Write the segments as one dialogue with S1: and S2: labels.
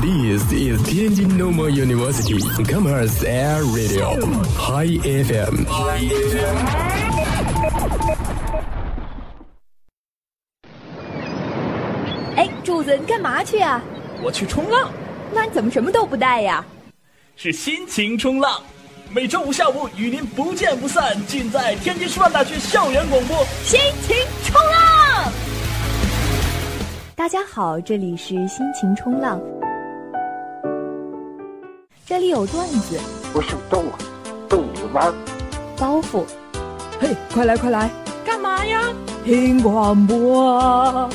S1: This is Tianjin Normal University Commerce Air Radio High FM。
S2: 哎，柱子，你干嘛去啊？
S3: 我去冲浪，
S2: 那你怎么什么都不带呀？
S3: 是心情冲浪。每周五下午与您不见不散，尽在天津师范大学校园广播。
S2: 心情冲浪。大家好，这里是心情冲浪，这里有段子、
S4: 不是逗啊，逗你玩儿。
S2: 包袱、
S5: 嘿，快来快来，干嘛呀？听广播。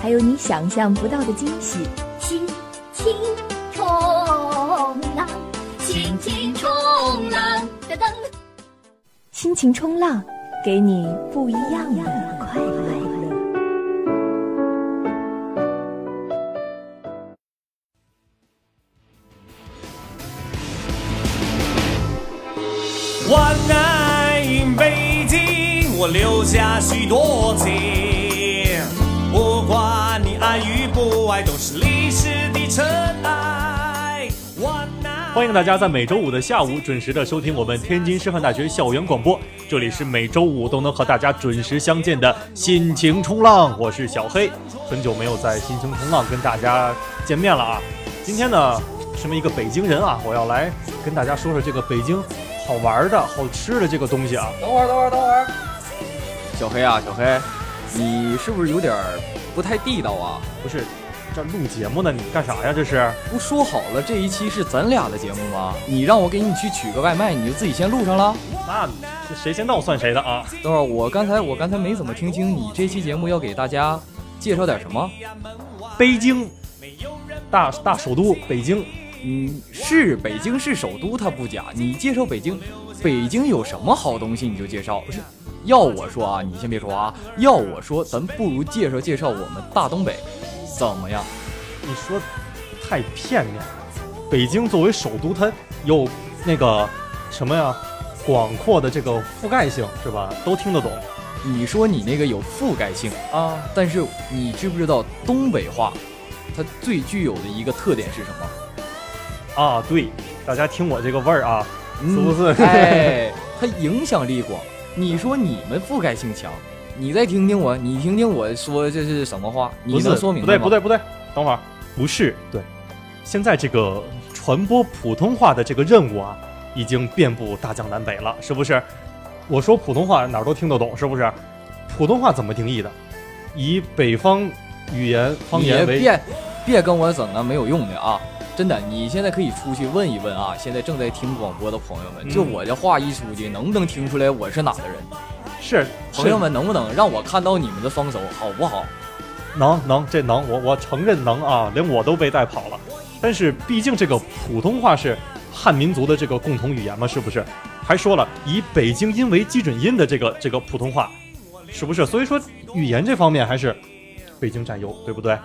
S2: 还有你想象不到的惊喜。
S6: 心情冲浪，心情冲浪，噔噔。
S2: 心情冲浪，给你不一样的快乐。
S7: 我爱北京，我留下许多情。不管你爱与不爱，都是历史的尘埃。我爱
S8: 欢迎大家在每周五的下午准时的收听我们天津师范大学校园广播，这里是每周五都能和大家准时相见的心情冲浪，我是小黑，很久没有在心情冲浪跟大家见面了啊。今天呢，身为一个北京人啊，我要来跟大家说说这个北京好玩的、好吃的这个东西啊。
S9: 等会儿，等会儿，等会儿。小黑啊，小黑，你是不是有点儿不太地道啊？
S8: 不是，这录节目呢，你干啥呀？这是？
S9: 不说好了这一期是咱俩的节目吗？你让我给你去取个外卖，你就自己先录上了。
S8: 那这谁先到算谁的啊？
S9: 等会儿，我刚才我刚才没怎么听清，你这期节目要给大家介绍点什么？
S8: 北京，大大首都北京，
S9: 嗯，是北京是首都，它不假。你介绍北京，北京有什么好东西你就介绍。是要我说啊，你先别说啊，要我说，咱不如介绍介绍我们大东北，怎么样？
S8: 你说太片面了。北京作为首都，它有那个什么呀，广阔的这个覆盖性是吧？都听得懂。
S9: 你说你那个有覆盖性啊，但是你知不知道东北话，它最具有的一个特点是什么？
S8: 啊，对，大家听我这个味儿啊，是不是？
S9: 嗯哎，它影响力广。你说你们覆盖性强，你再听听我，你听听我说这是什么话，
S8: 不
S9: 你
S8: 是
S9: 能说明
S8: 不
S9: 白
S8: 对
S9: 吗？
S8: 不对不对，等会儿不是对。现在这个传播普通话的这个任务啊，已经遍布大江南北了，是不是？我说普通话哪儿都听得懂，是不是？普通话怎么定义的？以北方语言方言
S9: 你
S8: 为
S9: 别别跟我整那没有用的啊！真的，你现在可以出去问一问啊，现在正在听广播的朋友们，
S8: 嗯
S9: 就我这话一出去，能不能听出来我是哪的人？
S8: 是
S9: 朋友
S8: 是
S9: 们，能不能让我看到你们的双手，好不好？
S8: 能能，这能，我我承认能啊，连我都被带跑了。但是毕竟这个普通话是汉民族的这个共同语言嘛，是不是？还说了以北京音为基准音的这个这个普通话，是不是？所以说语言这方面还是北京占优，对不对？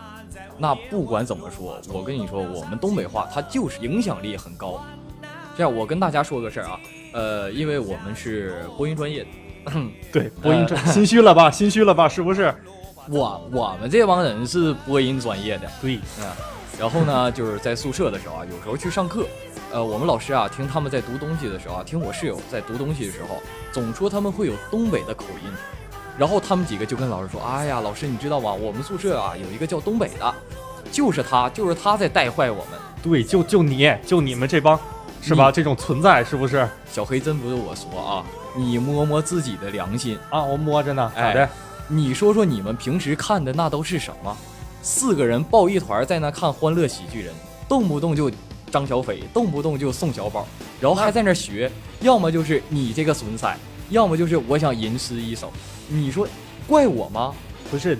S9: 那不管怎么说，我跟你说，我们东北话它就是影响力很高。这样，我跟大家说个事儿啊，呃，因为我们是播音专业的，
S8: 对，播音
S9: 呃
S8: 这、心虚了吧？心虚了吧？是不是？
S9: 我我们这帮人是播音专业的，嗯
S8: 对，
S9: 然后呢，就是在宿舍的时候啊，有时候去上课，呃，我们老师啊，听他们在读东西的时候啊，听我室友在读东西的时候，总说他们会有东北的口音，然后他们几个就跟老师说：“哎呀，老师，你知道吗？我们宿舍啊有一个叫东北的，就是他，就是他在带坏我们。
S8: 对，就就你就你们这帮是吧？这种存在是不是？”
S9: 小黑真不是我说啊，你摸摸自己的良心，
S8: 啊，我摸着呢，咋
S9: 哎
S8: 的？
S9: 你说说你们平时看的那都是什么？四个人抱一团在那看《欢乐喜剧人》，动不动就张小斐，动不动就宋小宝，然后还在那儿学，要么就是你这个损色，要么就是我想吟诗一首。你说怪我吗？
S8: 不是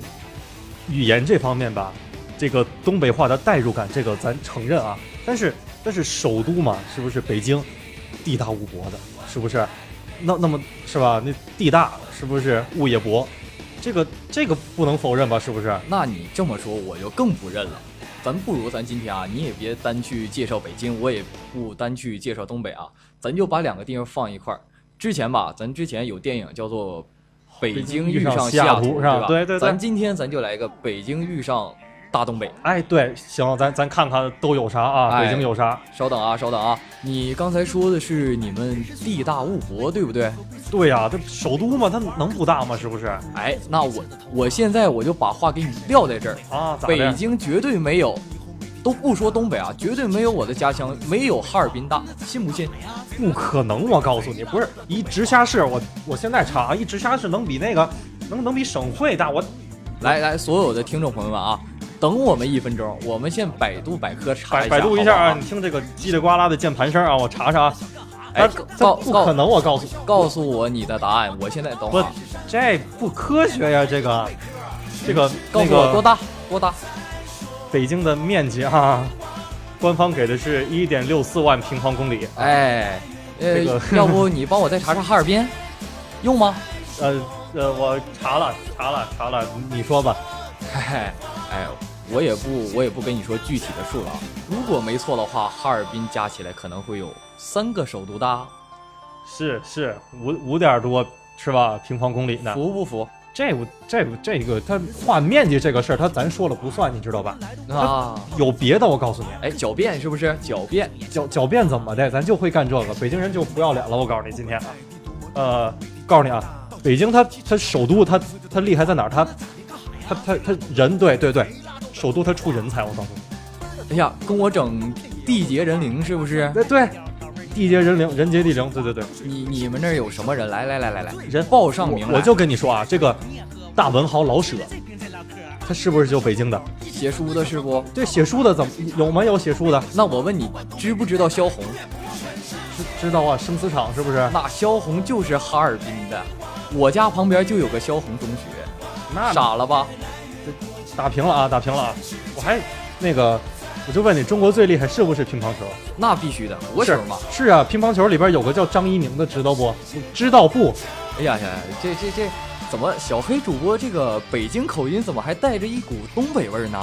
S8: 语言这方面吧，这个东北话的代入感，这个咱承认啊。但是但是首都嘛，是不是北京地大物博的，是不是？那那么是吧？那地大是不是物也博？这个这个不能否认吧？是不是？
S9: 那你这么说我就更不认了。咱不如咱今天啊，你也别单去介绍北京，我也不单去介绍东北啊，咱就把两个地方放一块儿。之前吧，咱之前有电影叫做《北京
S8: 京遇
S9: 遇
S8: 上
S9: 上
S8: 西雅
S9: 图
S8: 图》，是吧
S9: 吧？
S8: 对对对
S9: 咱今天咱就来一个《北京遇上大东北。
S8: 哎，对，行，咱咱看看都有啥啊？
S9: 哎
S8: 北京有啥？
S9: 稍等啊，稍等啊，你刚才说的是你们地大物博，对不对？
S8: 对呀、这首都嘛，它能不大吗？是不是？
S9: 哎，那我我现在我就把话给你撂在这儿，
S8: 啊，咋
S9: 北
S8: 的？
S9: 京绝对没有，都不说东北啊，绝对没有我的家乡没有哈尔滨大，信不信？
S8: 不可能，我告诉你，不是一直辖市，我我现在查，一直辖市能比那个能能比省会大？我
S9: 来来，所有的听众朋友们啊，等我们一分钟，我们先百度百科查
S8: 百
S9: 一下，
S8: 百度一
S9: 好不
S8: 下
S9: 好
S8: 啊，你听这个叽里呱啦的键盘声啊，我查查啊。它
S9: 哎
S8: 它
S9: 告
S8: 不可能，我告诉你，
S9: 告诉我你的答案，我现在等会
S8: 我
S9: 儿啊。
S8: 这不科学呀、这个这个
S9: 告
S8: 那
S9: 诉我多
S8: 个啊
S9: 大多大？
S8: 北京的面积啊，官方给的是一点六四万平方公里。
S9: 哎，呃，
S8: 这个
S9: 要不你帮我再查查哈尔滨，用吗？
S8: 呃呃，我查了查了查了，你说吧。
S9: 哎，哎，我也不我也不跟你说具体的数了啊。如果没错的话，哈尔滨加起来可能会有三个首都大，
S8: 是是五五点多是吧？平方公里呢？
S9: 服不服？
S8: 这我这我这个它画面积这个事儿，它咱说了不算，你知道吧？
S9: 啊，
S8: 有别的，我告诉你，
S9: 哎，狡辩是不是？狡辩，
S8: 狡狡辩怎么的，咱就会干这个。北京人就不要脸了，我告诉你，今天，啊呃，告诉你啊，北京它它首都它它厉害在哪儿？它它它它人对对对，首都它出人才，我告诉你，
S9: 哎呀，跟我整地杰人灵是不是？
S8: 对对，地杰人灵，人杰地灵，对对对，
S9: 你你们那儿有什么人？来来来来来，
S8: 人
S9: 报上名来
S8: 我。我就跟你说啊，这个大文豪老舍，他是不是就北京的？
S9: 写书的是不？
S8: 对，写书的怎么有吗？有写书的，
S9: 那我问你，知不知道萧红？
S8: 知知道啊，生死场是不是？
S9: 那萧红就是哈尔滨的，我家旁边就有个萧红中学，
S8: 那
S9: 傻了吧？
S8: 打平了啊，打平了啊！我还那个，我就问你，中国最厉害是不是乒乓球？
S9: 那必须的，我球嘛。
S8: 是啊，乒乓球里边有个叫张一鸣的，知道不？你知道不？
S9: 哎呀呀，这这这，怎么小黑主播这个北京口音怎么还带着一股东北味儿呢？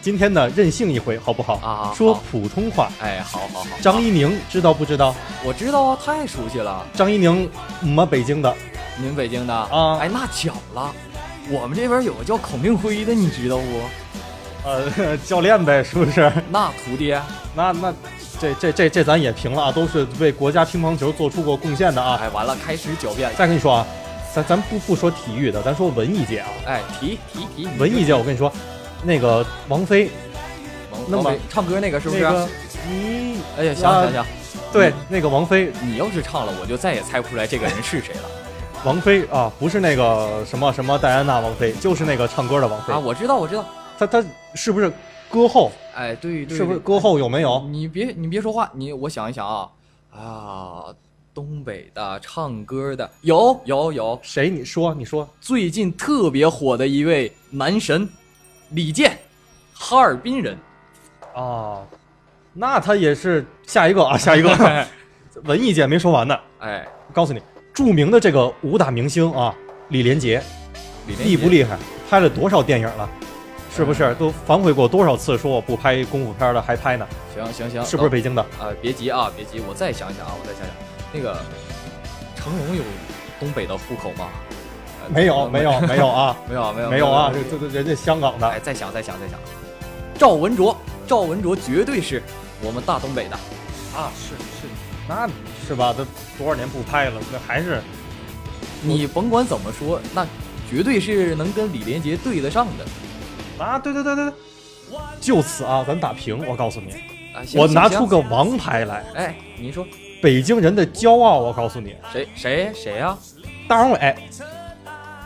S8: 今天呢，任性一回好不好？
S9: 啊
S8: 说
S9: 好
S8: 普通话。
S9: 哎，好好好，
S8: 张一鸣知道不知道？
S9: 我知道啊，太熟悉了，
S8: 张一鸣，我们北京的
S9: 您北京的
S8: 啊
S9: 哎，那巧了，我们这边有个叫孔令辉的，你知道不？
S8: 呃 教练呗，是不是？
S9: 那徒弟，
S8: 那那这这这这咱也平了啊，都是为国家乒乓球做出过贡献的啊。
S9: 哎，完了，开始狡辩，
S8: 再跟你说啊，咱咱不不说体育的，咱说文艺界啊。
S9: 哎，提提提，
S8: 文艺界，我跟你说，那个王菲，
S9: 王，
S8: 那么
S9: 王菲唱歌那个是不是？啊
S8: 那个你
S9: 哎呀，想想想想，
S8: 对那个王菲，
S9: 你要是唱了，我就再也猜不出来这个人是谁了
S8: 王菲啊，不是那个什么什么戴安娜王菲，就是那个唱歌的王菲
S9: 啊！。我知道，我知道，
S8: 她她是不是歌后？
S9: 哎，对对，
S8: 是不是
S9: 对
S8: 歌后有没有？
S9: 你别你别说话，你我想一想啊啊，东北的唱歌的有有有，
S8: 谁？你说你说
S9: 最近特别火的一位男神李健，哈尔滨人，
S8: 啊？那她也是下一个啊，下一 个。文艺界没说完呢，
S9: 哎，
S8: 告诉你，著名的这个武打明星啊，李连杰，
S9: 李连杰嗯
S8: 厉不？厉害？拍了多少电影了？是不是都反悔过多少次？说我不拍功夫片了，还拍呢？
S9: 行行行，
S8: 是不是北京的？
S9: 啊、别急啊，别急，我再想想啊，我再想想，那个成龙有东北的户口吗？呃
S8: 没有，没有，没有啊，
S9: 没有啊没有
S8: 没有啊，
S9: 没
S8: 这这这人家香港的
S9: 哎，再想再想再想，赵文卓，赵文卓绝对是我们大东北的。
S8: 啊，是是，那是吧？都多少年不拍了，那还是
S9: 你甭管怎么说，那绝对是能跟李连杰对得上的。
S8: 啊，对对对对对。就此啊，咱打平。我告诉你，
S9: 啊，行
S8: 我
S9: 行
S8: 拿
S9: 行
S8: 出个王牌来，
S9: 哎，你说
S8: 北京人的骄傲。我告诉你，
S9: 谁谁谁呀、
S8: 大张伟，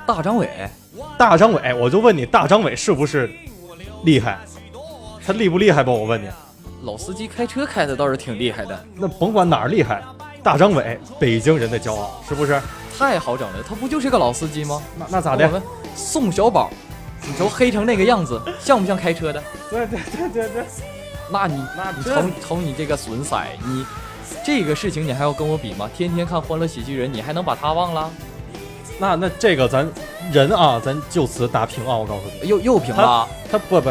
S9: 大张伟，
S8: 哎大张伟，我就问你，大张伟是不是厉害？他厉不厉害吧？我问你，
S9: 老司机开车开的倒是挺厉害的，
S8: 那甭管哪儿厉害，大张伟，北京人的骄傲，是不是？
S9: 太好整了。他不就是个老司机吗？
S8: 那那咋
S9: 我
S8: 的
S9: 们？宋小宝，你瞅黑成那个样子，像不像开车的？
S8: 对对对对对，
S9: 那你
S8: 那
S9: 你
S8: 这
S9: 瞅瞅你这个损色，你这个事情你还要跟我比吗？天天看《欢乐喜剧人》，你还能把他忘了？
S8: 那那这个咱人啊，咱就此打平啊！我告诉你，
S9: 又又平了啊
S8: 他不不，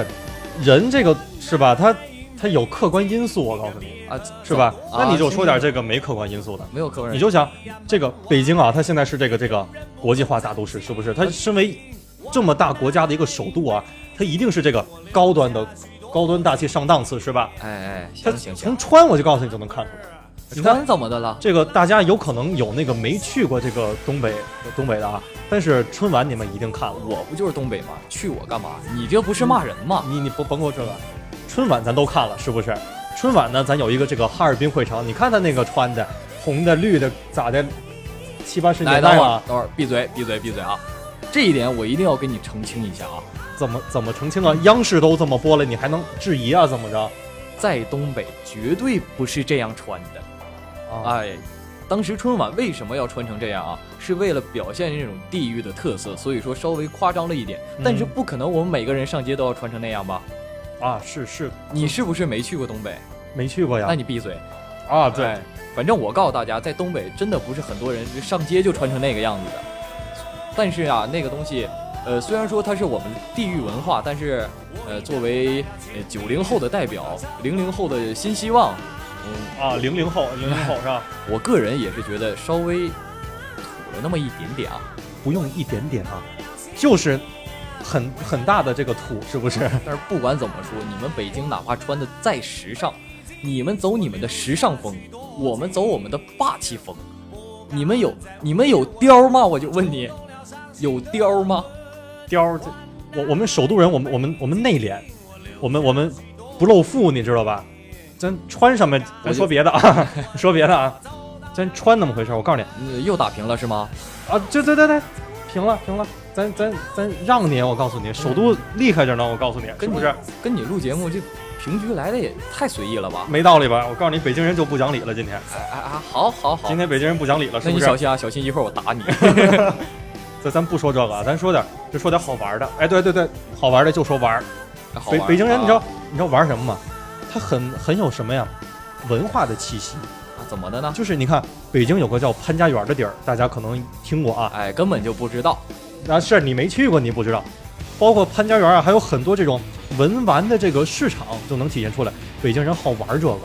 S8: 人这个是吧？他他有客观因素，我告诉你，
S9: 啊？
S8: 是吧？
S9: 啊
S8: 那你就说
S9: 行
S8: 点这个没客观因素的，
S9: 没有客观人
S8: 你就想这个北京啊，它现在是这个这个国际化大都市，是不是？它身为这么大国家的一个首都啊，它一定是这个高端的高端大气上档次是吧？
S9: 哎哎，
S8: 他
S9: 行行
S8: 从，
S9: 行
S8: 穿我就告诉你就能看出来。你看
S9: 穿怎么的了？
S8: 这个大家有可能有那个没去过这个东北东北的啊，但是春晚你们一定看了。
S9: 我不就是东北吗？去我干嘛？你这不是骂人吗？
S8: 你你甭甭给我春晚，春晚咱都看了是不是？春晚呢，咱有一个这个哈尔滨会场，你看他那个穿的红的绿的咋的，七八十
S9: 来，
S8: 年
S9: 等
S8: 代啊
S9: 会
S8: 了
S9: 儿，，等会儿，闭嘴，闭嘴，闭嘴啊！这一点我一定要跟你澄清一下啊，
S8: 怎么怎么澄清啊？央视都这么播了，你还能质疑啊？怎么着？
S9: 在东北绝对不是这样穿的。
S8: 啊，
S9: 哎，当时春晚为什么要穿成这样啊？是为了表现这种地域的特色，所以说稍微夸张了一点，但是
S8: 嗯
S9: 不可能我们每个人上街都要穿成那样吧？
S8: 啊，是是，
S9: 你是不是没去过东北？
S8: 没去过
S9: 那
S8: 呀？
S9: 你闭嘴。
S8: 啊，对
S9: 哎，反正我告诉大家，在东北真的不是很多人就上街就穿成那个样子的。但是啊，那个东西，呃，虽然说它是我们地域文化，但是，呃，作为呃九零后的代表，零零后的新希望，
S8: 啊，零零后，零 零后是吧？
S9: 我个人也是觉得稍微土了那么一点点啊。
S8: 不用一点点啊，就是很很大的这个土，是不是？
S9: 但是不管怎么说，你们北京哪怕穿的再时尚，你们走你们的时尚风，我们走我们的霸气风。你们有你们有貂吗？我就问你，有貂吗？
S8: 貂儿，这我我们首都人，我们我们我们内敛，我们我们不露富，你知道吧？咱穿上面，咱说别的啊， 说别的啊，咱穿那么回事儿。我告诉你
S9: 呃又打平了是吗？
S8: 啊，对对对对，平了平了，咱咱咱让你，我告诉你，首都厉害着呢，我告诉你，是
S9: 跟你
S8: 不是？
S9: 跟你录节目这平局来的也太随意了吧？
S8: 没道理吧？我告诉你，北京人就不讲理了，今天
S9: 哎哎哎，好好好
S8: 今，天北京人不讲理了，
S9: 那
S8: 是不
S9: 你小
S8: 是？
S9: 心啊，小心一会儿我 打你。
S8: 咱咱不说这个啊，咱说点就说点好玩的。哎，对对对，好玩的就说玩儿。
S9: 好
S8: 北
S9: 玩儿
S8: 北京人，你知道
S9: 啊
S8: 你知道玩什么吗？他很很有什么呀？文化的气息，
S9: 啊怎么的呢？
S8: 就是你看北京有个叫潘家园的地儿，大家可能听过啊。
S9: 哎，根本就不知道。
S8: 啊，是你没去过，你不知道。包括潘家园啊，还有很多这种文玩的这个市场，就能体现出来北京人好玩这个，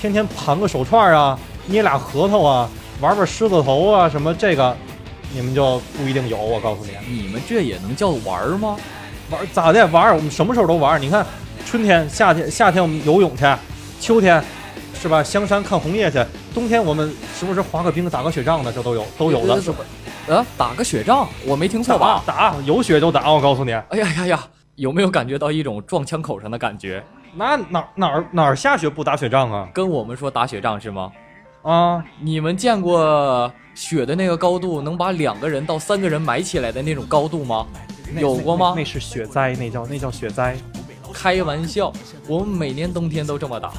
S8: 天天盘个手串啊，捏俩核桃啊，玩玩狮子头啊，什么这个，你们就不一定有。我告诉你，
S9: 你们这也能叫玩儿吗？
S8: 玩咋的玩儿？我们什么时候都玩儿。你看，春天、夏天，夏天我们游泳去，秋天是吧？香山看红叶去，冬天我们时不时滑个冰、打个雪仗的，这都有，都有的
S9: 这。怎么啊，打个雪仗，我没听错吧？
S8: 打有雪就打，我告诉你，
S9: 哎呀呀呀，有没有感觉到一种撞枪口上的感觉？
S8: 那哪哪儿哪儿下雪不打雪仗啊？
S9: 跟我们说打雪仗是吗？
S8: 啊，
S9: 你们见过雪的那个高度能把两个人到三个人埋起来的那种高度吗？有过吗
S8: 那？是雪灾，那叫那叫雪灾。
S9: 开玩笑，我们每年冬天都这么打，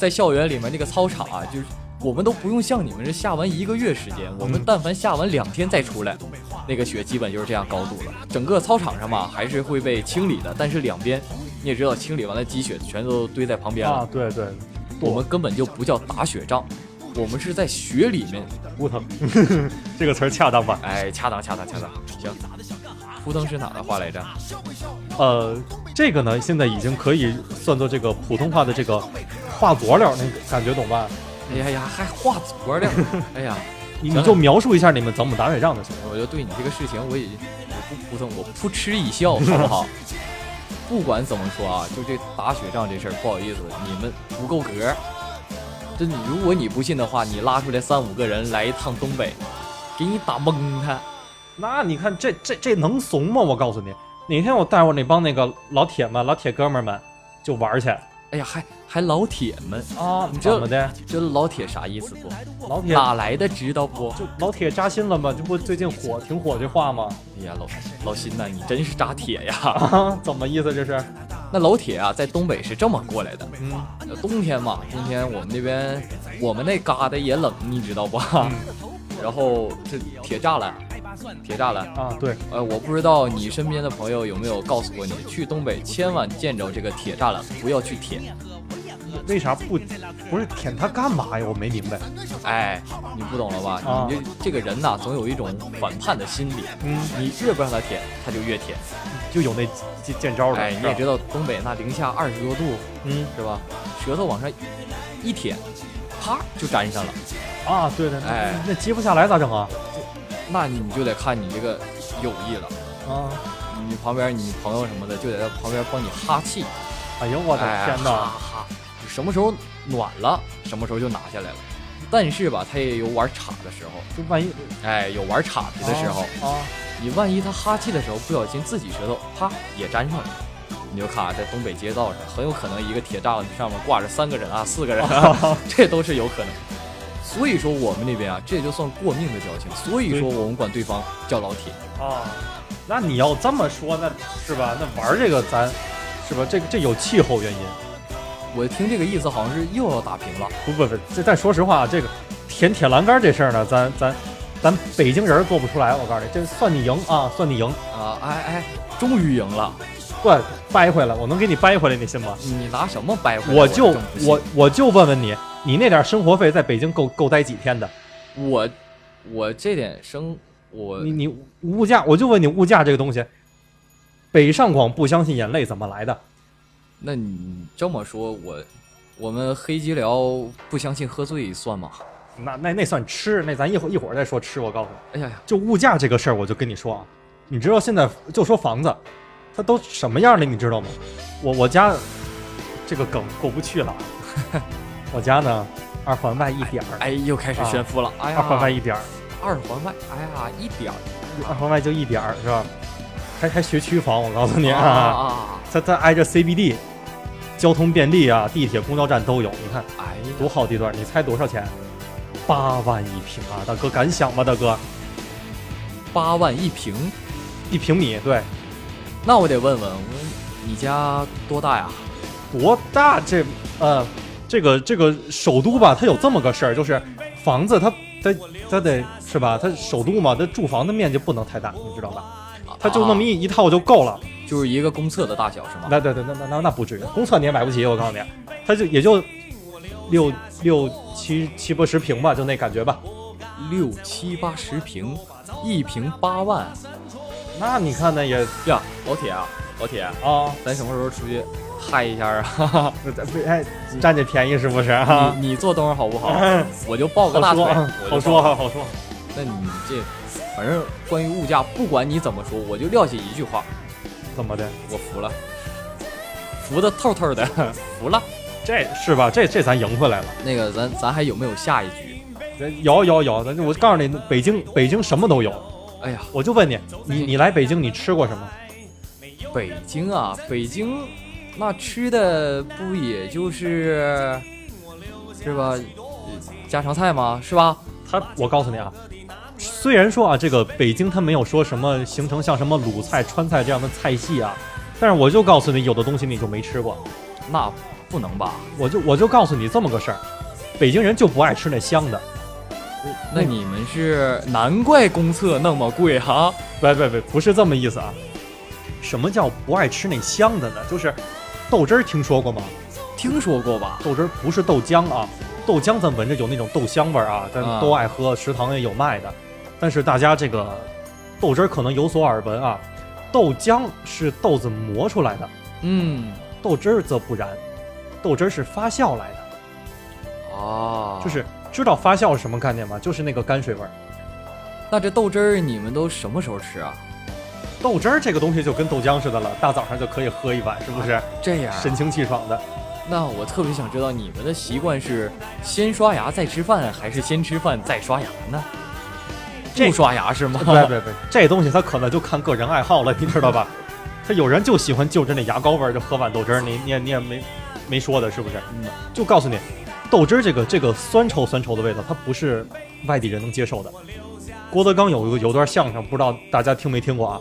S9: 在校园里面那个操场啊，就是我们都不用像你们这下完一个月时间，我们
S8: 嗯
S9: 但凡下完两天再出来，那个雪基本就是这样高度了。整个操场上嘛，还是会被清理的，但是两边你也知道，清理完了积雪全都堆在旁边了。
S8: 啊，对对，
S9: 我们根本就不叫打雪仗，我们是在雪里面。
S8: 扑腾， 这个词儿恰当吧？
S9: 哎，恰当恰当恰当，行。扑腾是哪的话来着？
S8: 呃，这个呢，现在已经可以算作这个普通话的这个画佐料，那个感觉懂吧？
S9: 哎呀呀，还画左了！ 哎呀，
S8: 你
S9: 行
S8: 你就描述一下你们怎么打雪仗就行了。
S9: 我就对你这个事情，我也我不扑腾，我扑哧一笑，好不好？不管怎么说啊，就这打雪仗这事儿，不好意思，你们不够格儿。这你如果你不信的话，你拉出来三五个人来一趟东北，给你打懵他。
S8: 那你看这这这能怂吗？我告诉你，哪天我带我那帮那个老铁们、老铁哥们儿们就玩儿去
S9: 哎呀，还还老铁们，
S8: 啊！你
S9: 这
S8: 怎么的？
S9: 这老铁啥意思不？
S8: 老铁
S9: 哪来的知道不？
S8: 就老铁扎心了吗？这不最近火挺火这话吗？
S9: 哎呀，老老辛呐，你真是扎铁呀！
S8: 啊，怎么意思这是？
S9: 那老铁啊，在东北是这么过来的。
S8: 嗯，
S9: 呃冬天嘛，冬天我们那边我们那旮瘩也冷，你知道
S8: 嗯
S9: 吧？然后这铁栅栏，铁栅栏，
S8: 啊，对，
S9: 呃，我不知道你身边的朋友有没有告诉过你，去东北千万见着这个铁栅栏不要去舔。
S8: 为啥不不是舔它干嘛呀？我没明白。
S9: 哎，你不懂了吧
S8: 啊？
S9: 你这这个人呐，总有一种反叛的心理，
S8: 嗯，
S9: 你越不让他舔，他就越舔。
S8: 就有那见见招的。
S9: 哎，你也知
S8: 道，
S9: 道东北那零下二十多度
S8: 嗯
S9: 是吧？舌头往上一舔，啪就粘上了。
S8: 啊，对对，那
S9: 哎
S8: 那揭不下来咋整啊？
S9: 那你就得看你这个友谊了。
S8: 啊，
S9: 你旁边你朋友什么的就在旁边帮你哈气，
S8: 哎呦我的
S9: 哎
S8: 天哪！
S9: 哈哈，什么时候暖了，什么时候就拿下来了。但是吧，他也有玩岔的时候，
S8: 就万一
S9: 哎，有玩岔皮的时候，
S8: 啊，
S9: 你万一他哈气的时候不小心自己舌头啪也粘上了，你就卡在东北街道上，很有可能一个铁栅栏上面挂着三个 人啊、四个人啊， 这都是有可能。所以说我们那边啊，这就算过命的交情。所以说我们管对方叫老铁。
S8: 啊，那你要这么说，那是吧？那玩这个咱是吧？这个这有气候原因。
S9: 我听这个意思好像是又要打平了。
S8: 不不不，这但说实话，啊这个舔铁栏杆这事儿呢，咱咱咱北京人做不出来。我告诉你，这算你赢啊，算你赢。
S9: 啊，哎哎，终于赢了！
S8: 对，掰回来，我能给你掰回来，你信吗？
S9: 你拿什么掰回来？
S8: 我就
S9: 真不信
S8: 我我就问问你，你那点生活费在北京够够待几天的？
S9: 我我这点生我
S8: 你你物价，我就问你物价这个东西，北上广不相信眼泪怎么来的？
S9: 那你这么说，我我们黑吉辽不相信喝醉算吗？
S8: 那那那算吃，那咱一会儿一会儿再说吃。我告诉你，
S9: 哎呀呀，
S8: 就物价这个事儿，我就跟你说啊，你知道现在就说房子，它都什么样了，你知道吗？我我家这个梗过不去了， 我家呢二环外一点儿，
S9: 哎，又开始炫富了！哎呀，
S8: 二环外一点儿，
S9: 二环外，哎呀，一点儿
S8: 二环外就一点儿是吧？还还学区房，我告诉你
S9: 啊
S8: 啊，
S9: 啊！
S8: 它它挨着 CBD，交通便利啊，地铁、公交站都有，你看。
S9: 哎
S8: 多好地段，你猜多少钱？八万一平啊，大哥敢想吗？大哥，
S9: 八万一平，
S8: 一平米对，
S9: 那我得问问，我你家多大呀？
S8: 多大这呃，这个这个首都吧，它有这么个事儿，就是房子它它它得是吧？它首都嘛，它住房的面积不能太大，你知道吧？它就那么一一套就够了。
S9: 啊就是一个公厕的大小是吗？
S8: 那对对，那那那那不至于，公厕你也买不起，我告诉你，它就也就六六七七八十平吧，就那感觉吧。
S9: 六七八十平，一平八万
S8: 那你看呢也
S9: 呀！老铁啊，老铁，
S8: 啊，
S9: 咱什么时候出去嗨一下啊？ 哈哈
S8: 不是哎，占这便宜是不是啊？哎
S9: 你你坐等会儿好不好？我就抱嗯个大腿，我就抱
S8: 好好说。
S9: 那你这，反正关于物价，不管你怎么说，我就撂下一句话，
S8: 怎么的？
S9: 我服了，服的透透的， 服了。
S8: 这是吧？这这咱赢回来了。
S9: 那个，咱咱还有没有下一局？
S8: 咱有有有，咱我告诉你，北京北京什么都有。
S9: 哎呀，
S8: 我就问你，你你来北京你吃过什么？
S9: 北京啊，北京，那吃的不也就是，是吧？呃家常菜吗？是吧？
S8: 他我告诉你啊，虽然说啊，这个北京它没有说什么形成像什么鲁菜、川菜这样的菜系啊，但是我就告诉你，有的东西你就没吃过。
S9: 那不能吧？
S8: 我就我就告诉你这么个事儿，北京人就不爱吃那香的。
S9: 那你们是难怪公厕那么贵哈、
S8: 不不不，不是这么意思啊。什么叫不爱吃那香的呢？就是豆汁儿，听说过吗？
S9: 听说过吧？
S8: 豆汁儿不是豆浆啊，豆浆咱闻着有那种豆香味儿啊，咱
S9: 啊
S8: 都爱喝，食堂也有卖的。但是大家这个豆汁儿可能有所耳闻啊，豆浆是豆子磨出来的，
S9: 嗯，
S8: 豆汁儿则不然，豆汁儿是发酵来的。
S9: 啊，
S8: 就是知道发酵是什么概念吗？就是那个泔水味儿。
S9: 那这豆汁儿你们都什么时候吃啊？
S8: 豆汁儿这个东西就跟豆浆似的了，大早上就可以喝一碗，是不是？
S9: 这样啊、
S8: 神清气爽的。
S9: 那我特别想知道你们的习惯是先刷牙再吃饭，还是先吃饭再刷牙呢？
S8: 这
S9: 不刷牙是 吗？
S8: 不不不，这东西它可能就看个人爱好了，你知道吧？他有人就喜欢就着那牙膏味儿就喝碗豆汁儿，你你也你也没没说的是不是？
S9: 嗯
S8: 就告诉你，豆汁儿这个这个酸臭酸臭的味道，它不是外地人能接受的。郭德纲有一个有段相声，不知道大家听没听过啊？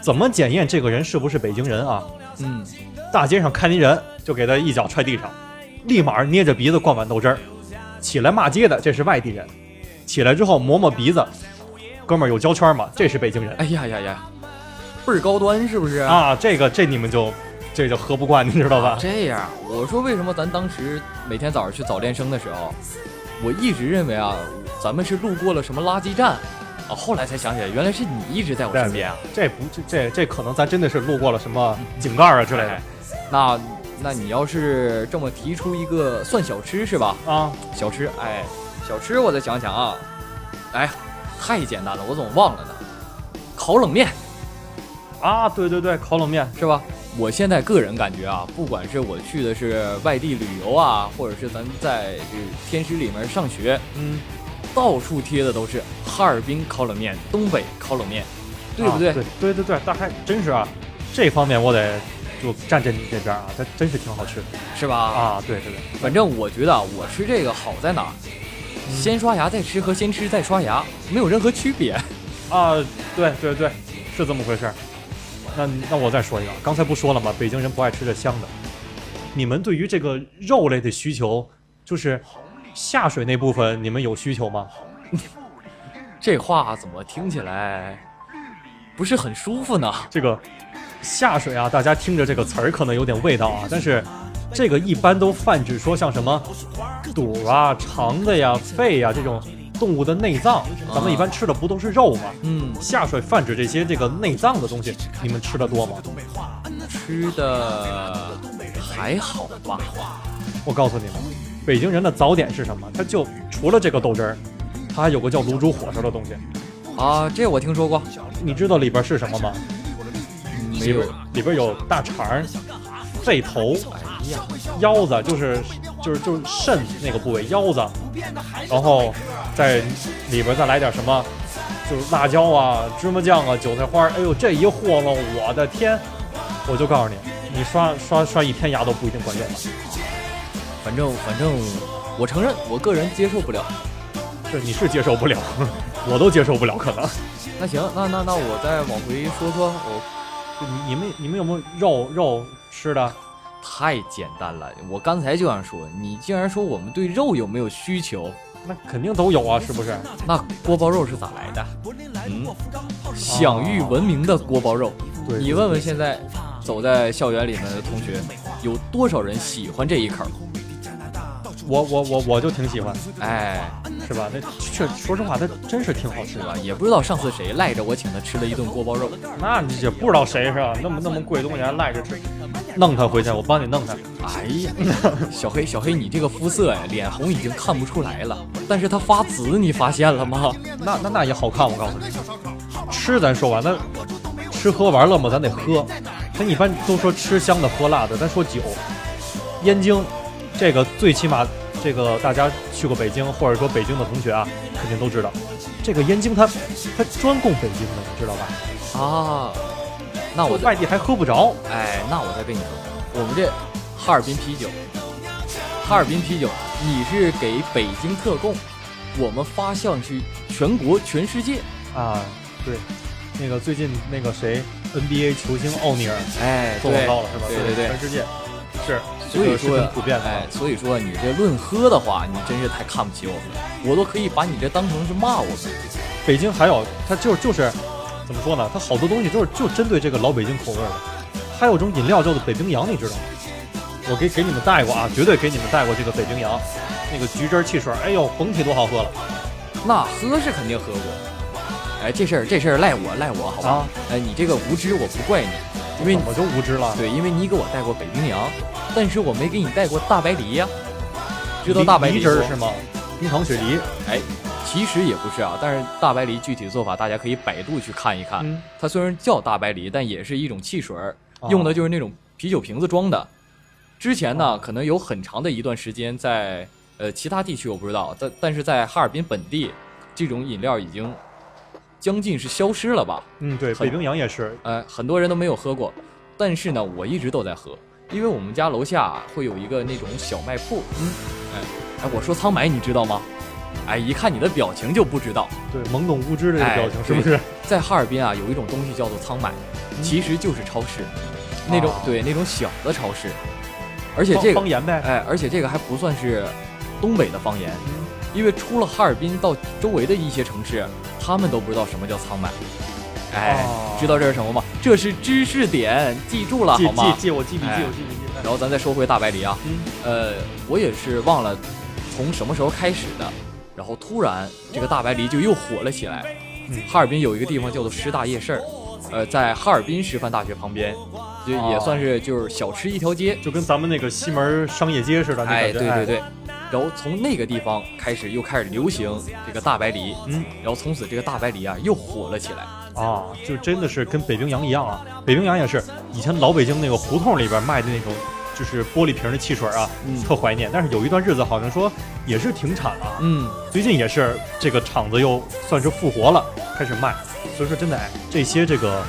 S8: 怎么检验这个人是不是北京人啊？
S9: 嗯，
S8: 大街上看一人，就给他一脚踹地上，立马捏着鼻子灌碗豆汁儿，起来骂街的这是外地人，起来之后抹抹鼻子，哥们儿有胶圈吗？这是北京人。
S9: 哎呀呀呀，倍儿高端是不是？
S8: 啊，这个这你们就这就喝不惯，你知道吧？
S9: 哦这样，我说为什么咱当时每天早上去早练生的时候，我一直认为啊，咱们是路过了什么垃圾站，啊，后来才想起来，原来是你一直在我身边啊。
S8: 这不这这这可能咱真的是路过了什么井盖啊之类
S9: 哎
S8: 的
S9: 那那你要是这么提出一个算小吃是吧？
S8: 啊。
S9: 小吃，哎，小吃，我再想想啊，哎，太简单了，我怎么忘了呢？烤冷面，
S8: 啊，对对对，烤冷面，
S9: 是吧？我现在个人感觉啊，不管是我去的是外地旅游啊，或者是咱在这天师里面上学，
S8: 嗯，
S9: 到处贴的都是哈尔滨烤冷面、东北烤冷面，对不对？
S8: 啊对对对对，大概真是啊，这方面我得就站在你这边啊，它真是挺好吃的
S9: 是吧？，
S8: 啊，对对对，
S9: 反正我觉得啊，我吃这个好在哪儿？
S8: 嗯
S9: 先刷牙再吃和先吃再刷牙没有任何区别。
S8: 啊，对对对，是这么回事儿。那那我再说一个，刚才不说了吗？北京人不爱吃这香的。你们对于这个肉类的需求，就是下水那部分，你们有需求吗？
S9: 这话怎么听起来不是很舒服呢？
S8: 这个下水啊，大家听着这个词儿可能有点味道啊，但是这个一般都泛指说像什么肚啊、肠子呀、肺呀这种动物的内脏，咱们一般吃的不都是肉吗？
S9: 嗯，
S8: 下水泛指这些这个内脏的东西，你们吃的多吗？
S9: 吃的还好吧？
S8: 我告诉你们，北京人的早点是什么？它就除了这个豆汁儿，它还有个叫卤煮火烧的东西。
S9: 啊，这我听说过，
S8: 你知道里边是什么吗？
S9: 没
S8: 里
S9: 有
S8: 边里边有大肠儿、肺头、哎腰子，就是就是就是肾那个部位，腰子，然后在里边再来点什么，就是辣椒啊、芝麻酱啊、韭菜花儿。哎呦，这一和了，我的天！我就告诉你，你刷刷刷一天牙都不一定管用了。
S9: 反正反正我承认我个人接受不了。
S8: 这你是接受不了， 我都接受不了，可能。
S9: 那行，那那那我再往回说说，哦我
S8: 就你你们你们有没有肉肉吃的？
S9: 太简单了。我刚才就想说，你竟然说我们对肉有没有需求？
S8: 那肯定都有啊，是不是？
S9: 那锅包肉是咋来的？嗯，享誉闻名的锅包肉。
S8: 哦对
S9: 你问问现在走在校园里面的同学，有多少人喜欢这一口？
S8: 我我我我就挺喜欢，
S9: 哎，
S8: 是吧？那确说实话，它真是挺好吃
S9: 是吧
S8: 的。？
S9: 也不知道上次谁赖着我请他吃了一顿锅包肉
S8: 那你也不知道谁是吧？那么那么贵的东西还赖着吃，弄他回去，我帮你弄他。
S9: 哎呀，小黑，小黑，你这个肤色呀，脸红已经看不出来了，但是他发紫，你发现了吗？
S8: 那那那也好看，我告诉你。吃咱说完，那吃喝玩乐嘛，咱得喝。咱一般都说吃香的喝辣的，咱说酒，燕京，这个最起码这个大家去过北京或者说北京的同学啊，肯定都知道，这个燕京它它专供北京的，你知道吧？
S9: 啊，那我
S8: 我
S9: 再
S8: 外地还喝不着。
S9: 哎，那我再跟你说，我们这哈尔滨啤酒，哈尔滨啤酒，你是给北京特供，我们发向去全国、全世界。
S8: 啊，对，那个最近那个谁 NBA 球星奥尼尔
S9: 哎
S8: 做广告了是吧？
S9: 对对对
S8: 全。世界是，
S9: 所以
S8: 这个
S9: 说
S8: 是很普遍的。
S9: 哎，所以说你这论喝的话，你真是太看不起我们了，我都可以把你这当成是骂我们。
S8: 北京还有，它就就是怎么说呢？它好多东西都是就针对这个老北京口味儿的。还有一种饮料叫做北冰洋，你知道吗？我给给你们带过啊，绝对给你们带过这个北冰洋，那个橘汁儿汽水儿，哎呦，甭提多好喝了
S9: 那喝是肯定喝过，哎，这事儿这事儿赖我赖我好吧？
S8: 啊！
S9: 哎，你这个无知我不怪你，因为
S8: 怎么就无知了？
S9: 对，因为你给我带过北冰洋，但是我没给你带过大白梨呀、知道大白
S8: 梨
S9: 梨
S8: 汁儿
S9: 不
S8: 是？吗？冰糖雪梨，
S9: 其实也不是啊，但是大白梨具体做法大家可以百度去看一看。
S8: 嗯
S9: 它虽然叫大白梨，但也是一种汽水儿，
S8: 啊
S9: 用的就是那种啤酒瓶子装的。之前
S8: 哦
S9: 呢，可能有很长的一段时间在呃其他地区我不知道，但但是在哈尔滨本地，这种饮料已经将近是消失了吧？
S8: 嗯，对，
S9: 很
S8: 北冰洋也是，
S9: 呃，很多人都没有喝过，但是呢，我一直都在喝，因为我们家楼下会有一个那种小卖铺。嗯，哎，哎，我说苍白，你知道吗？哎，一看你的表情就不知道，
S8: 对，懵懂无知的这个表情
S9: 哎
S8: 是不是？
S9: 在哈尔滨啊，有一种东西叫做苍买，其实就是超市，那种、
S8: 啊
S9: 对那种小的超市，而且
S8: 方
S9: 这个
S8: 方言呗，
S9: 哎，而且这个还不算是东北的方言，
S8: 嗯
S9: 因为出了哈尔滨到周围的一些城市，他们都不知道什么叫苍买。哎，
S8: 哦
S9: 知道这是什么吗？这是知识点，记住了
S8: 记
S9: 好吗
S8: 记？记，我记笔记，
S9: 哎
S8: 我记笔记。哎
S9: 然后咱再说回大白梨啊，
S8: 嗯
S9: 呃，我也是忘了从什么时候开始的，然后突然这个大白梨就又火了起来。
S8: 嗯
S9: 哈尔滨有一个地方叫做师大夜市儿，呃，在哈尔滨师范大学旁边，就也
S8: 哦
S9: 算是就是小吃一条街。
S8: 就跟咱们那个西门商业街似的，那感
S9: 哎，
S8: 觉
S9: 对对，对。然后从那个地方开始，又开始流行这个大白梨，
S8: 嗯，
S9: 然后从此这个大白梨啊又火了起来。
S8: 啊，就真的是跟北冰洋一样啊。北冰洋也是以前老北京那个胡同里边卖的那种，就是玻璃瓶的汽水啊，
S9: 嗯
S8: 特怀念。但是有一段日子好像说也是停产了啊，
S9: 嗯，
S8: 最近也是这个厂子又算是复活了，开始卖。所以说真的哎，这些这个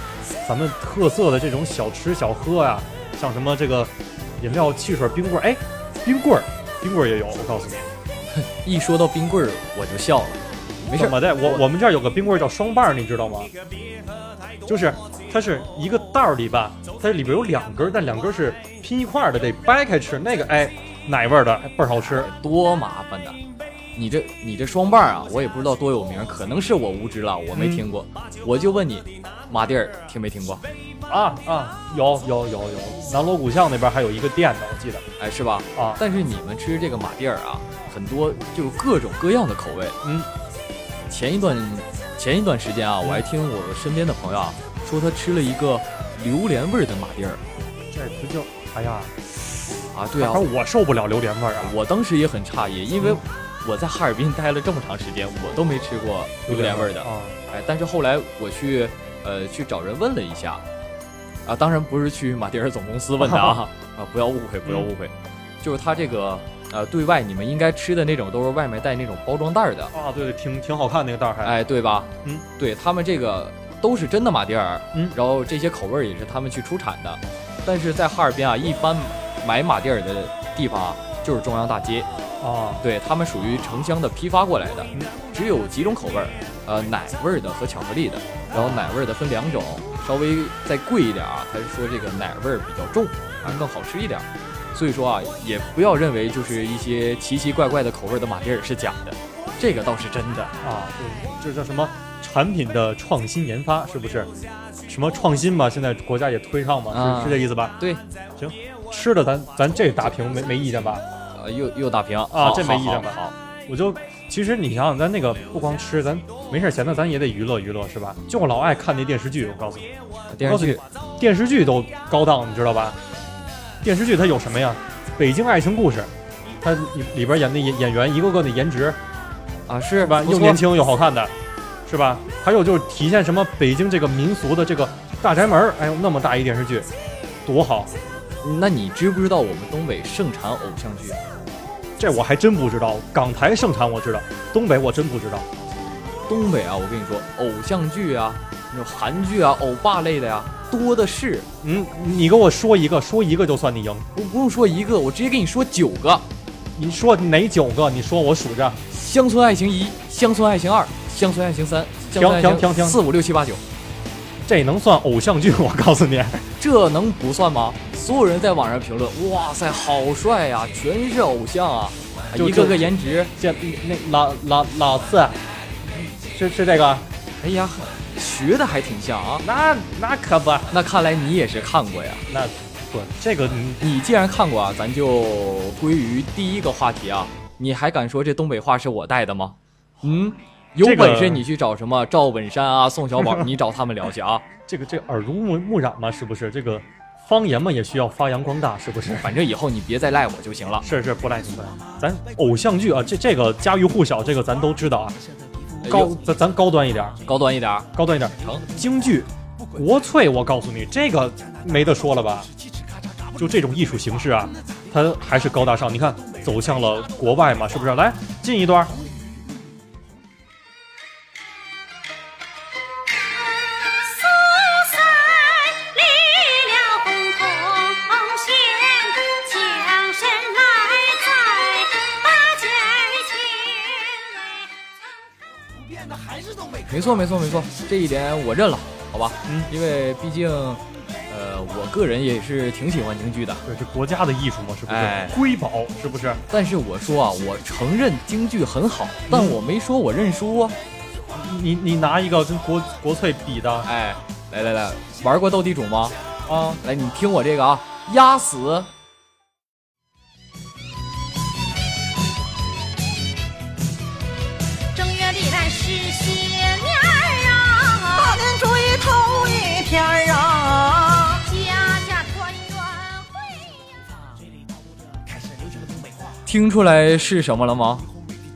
S8: 咱们特色的这种小吃小喝呀、像什么这个饮料、汽水、冰棍儿，哎，冰棍儿，冰棍儿也有，我告诉你。
S9: 一说到冰棍儿我就笑了。没事
S8: 怎
S9: 儿，
S8: 么的？我我们这儿有个冰棍儿叫双瓣儿，你知道吗？就是它是一个袋儿里吧，它里边有两根儿，但两根儿是拼一块儿的，得掰开吃。那个哎，奶味儿的哎倍儿好吃。
S9: 多麻烦的。你这你这双棒啊，我也不知道多有名，可能是我无知了，我
S8: 嗯
S9: 没听过。我就问你，马蒂儿听没听过？
S8: 啊啊，有有有有，南锣鼓巷那边还有一个店呢，我记得
S9: 哎，是吧？
S8: 啊
S9: 但是你们吃这个马蒂儿啊，很多就是各种各样的口味。
S8: 嗯，
S9: 前一段前一段时间啊，我还听我身边的朋友啊说，他吃了一个榴莲味儿的马蒂儿
S8: 这不就哎呀，
S9: 啊。对啊
S8: 反，正我受不了榴莲味儿啊。
S9: 我嗯当时也很诧异，因为我在哈尔滨待了这么长时间，我都没吃过榴莲味儿的。
S8: 啊，
S9: 哎，但是后来我去呃去找人问了一下，啊，当然不是去马迭尔总公司问 的啊，啊，不要误会，不要误
S8: 嗯
S9: 会，就是他这个呃对外你们应该吃的那种都是外面带那种包装袋儿的，
S8: 啊，对对，挺挺好看那个袋儿还。
S9: 哎，对吧？
S8: 嗯，
S9: 对他们这个都是真的马迭尔，
S8: 嗯
S9: 然后这些口味儿也是他们去出产的，但是在哈尔滨啊，一般买马迭尔的地方啊就是中央大街，
S8: 啊，
S9: 对他们属于城乡的批发过来的
S8: 嗯，
S9: 只有几种口味儿，呃，奶味儿的和巧克力的，然后奶味儿的分两种，稍微再贵一点啊，他是说这个奶味儿比较重啊，更好吃一点儿。所以说啊，也不要认为就是一些奇奇怪怪的口味儿的马迭尔是假的，这个倒是真的。
S8: 啊，对，这叫什么？产品的创新研发是不是？什么创新嘛？现在国家也推倡嘛，
S9: 啊
S8: 是是这意思吧？
S9: 对，
S8: 行，吃的咱咱这打平没没意见吧？
S9: 呃，又又打平
S8: 啊这没意见吧
S9: 好，
S8: 我就其实你想想，咱那个不光吃，咱没事闲的咱也得娱乐娱乐是吧？就老爱看那电视剧，我告诉你，
S9: 好电视剧
S8: 电视剧都高档，你知道吧？电视剧它有什么呀？《北京爱情故事》，它里里边演的演演员一个个的颜值
S9: 啊是
S8: 是吧？
S9: 不
S8: 又
S9: 错
S8: 年轻又好看的，是吧？还有就是体现什么北京这个民俗的这个大宅门儿，哎呦，那么大一电视剧，多好！
S9: 那你知不知道我们东北盛产偶像剧？啊
S8: 这我还真不知道，港台盛产我知道，东北我真不知道。
S9: 东北啊，我跟你说，偶像剧啊，那种韩剧啊、欧巴类的呀、多的是。
S8: 嗯，你给我说一个，说一个就算你赢。
S9: 我不用说一个，我直接跟你说九个：
S8: 你说哪九个？你说我数着。
S9: 乡村爱情一、乡村爱情二、乡村爱情三、乡村爱
S8: 停停
S9: 情
S8: 停
S9: 四五六七八九。
S8: 这能算偶像剧？我告诉你，
S9: 这能不算吗？所有人在网上评论，哇塞，好帅呀、全是偶像啊，
S8: 就
S9: 一个个颜值，
S8: 这那老老老四，啊是是这个？
S9: 哎呀，学的还挺像啊。
S8: 那那可不，
S9: 那看来你也是看过呀。
S8: 那不这个你
S9: 你既然看过啊，咱就归于第一个话题啊。你还敢说这东北话是我带的吗？嗯，有
S8: 这个
S9: 本事你去找什么赵本山啊、宋 小宝，你找他们聊去啊。
S8: 这个这耳濡目目染嘛，是不是？这个方言嘛，也需要发扬光大，是不是？
S9: 反正以后你别再赖我就行了。
S8: 是是，不赖你们。咱偶像剧啊，这这个家喻户晓，这个咱都知道啊。高
S9: 有
S8: 咱咱高端一点儿，
S9: 哎高端一点儿，
S8: 高端一点儿。京剧、国粹，我告诉你，这个没得说了吧？就这种艺术形式啊，它还是高大上。你看，走向了国外嘛，是不是？来，进一段儿。
S6: 苏三立了功头衔，将身来在八戒前来。
S9: 没错没错没错，这一点我认了，好吧？
S8: 嗯
S9: 因为毕竟，呃，我个人也是挺喜欢京剧的。
S8: 对，这国家的艺术嘛，是不是？
S9: 哎
S8: 瑰宝是不是？
S9: 但是我说啊，我承认京剧很好，但
S8: 嗯
S9: 我没说我认输啊。
S8: 你你拿一个跟国国粹比的，
S9: 哎，来来来，玩过斗地主吗？啊，来，你听我这个啊，压死。
S6: 正月里来是些面儿啊，
S10: 大年初一头一天儿啊，
S6: 家家团圆会呀。
S9: 听出来是什么了吗？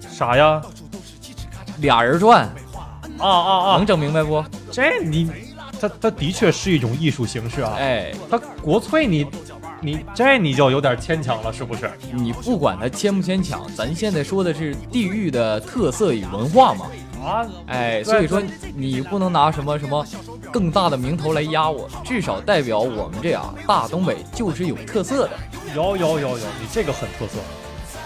S8: 啥呀？
S9: 俩人转，
S8: 啊啊啊！
S9: 能整明白不？
S8: 这你，它它的确是一种艺术形式啊。
S9: 哎，
S8: 它国粹你，你这你就有点牵强了，是不是？
S9: 你不管它牵不牵强，咱现在说的是地域的特色与文化嘛。
S8: 啊，对
S9: 哎，所以说
S8: 对
S9: 你不能拿什么什么更大的名头来压我，至少代表我们这样大东北就是有特色的。
S8: 有有有有，你这个很特色，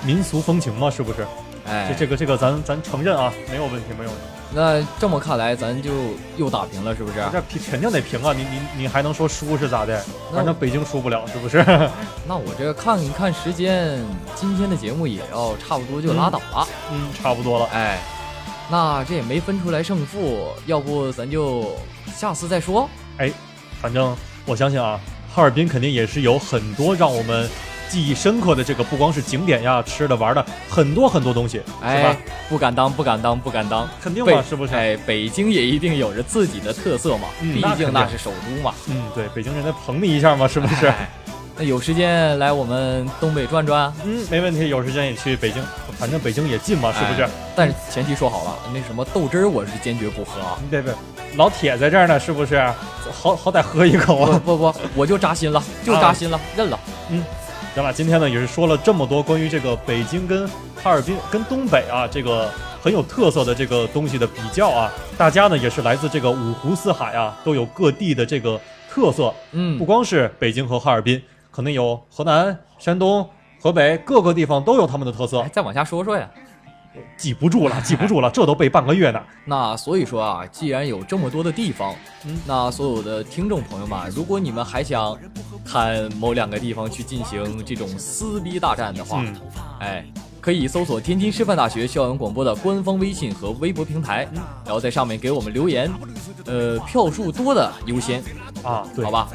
S8: 民俗风情嘛，是不是？
S9: 哎，
S8: 这这个这个咱咱承认啊，没有问题，没有问题。
S9: 那这么看来，咱就又打平了，是不是？
S8: 这平肯定得平啊，你你你还能说输是咋的？
S9: 那
S8: 反正北京输不了，是不是？
S9: 那我这看一看时间，今天的节目也要差不多就拉倒了。
S8: 嗯，差不多了。
S9: 哎，那这也没分出来胜负，要不咱就下次再说。
S8: 哎，反正我相信啊，哈尔滨肯定也是有很多让我们记忆深刻的这个，不光是景点呀、吃的、玩的，很多很多东西，是
S9: 哎
S8: 吧？，
S9: 不敢当，不敢当，不敢当。
S8: 肯定
S9: 北
S8: 嘛，是不是？
S9: 哎，北京也一定有着自己的特色嘛，
S8: 嗯
S9: 毕
S8: 那
S9: 竟
S8: 肯定
S9: 那是首都嘛。
S8: 嗯，对，北京人再捧你一下嘛，是不是？
S9: 哎那有时间来我们东北转转，
S8: 嗯，没问题，有时间也去北京，反正北京也近嘛，是不是
S9: 哎？但是前提说好了，那什么豆汁儿我是坚决不喝啊！
S8: 你得问老铁在这儿呢，是不是？好好歹喝一口
S9: 不
S8: 啊！
S9: 不不，我就扎心了，就扎心了，认了。
S8: 咱俩今天呢也是说了这么多关于这个北京跟哈尔滨跟东北啊这个很有特色的这个东西的比较啊，大家呢也是来自这个五湖四海啊，都有各地的这个特色，
S9: 嗯
S8: 不，光是北京和哈尔滨，可能有河南、山东、河北各个地方都有他们的特色
S9: 哎，，再往下说说呀。
S8: 记不住了，记不住了， 这都背半个月呢。
S9: 那所以说啊，既然有这么多的地方，
S8: 嗯
S9: 那所有的听众朋友们啊，如果你们还想看某两个地方去进行这种撕逼大战的话，
S8: 嗯
S9: 哎，可以搜索天津师范大学校园广播的官方微信和微博平台，
S8: 嗯
S9: 然后在上面给我们留言，呃，票数多的优先，
S8: 啊，对，
S9: 好，吧？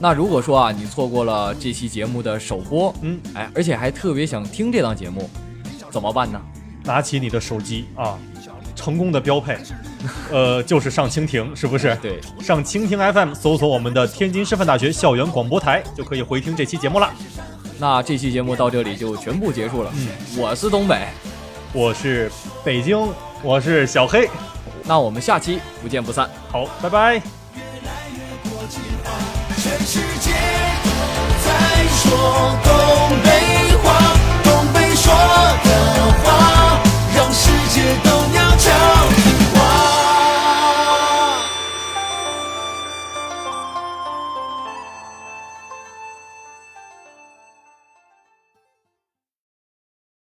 S9: 那如果说啊，你错过了这期节目的首播，
S8: 嗯，
S9: 哎，而且还特别想听这档节目，怎么办呢？
S8: 拿起你的手机啊，成功的标配，呃，就是上蜻蜓，是不是？
S9: 对，
S8: 上蜻蜓 FM 搜索我们的天津师范大学校园广播台，就可以回听这期节目了。
S9: 那这期节目到这里就全部结束了。
S8: 嗯，
S9: 我是东北，
S8: 我是北京，我是小黑，
S9: 那我们下期不见不散。
S8: 好，拜拜。
S7: 全世界在说东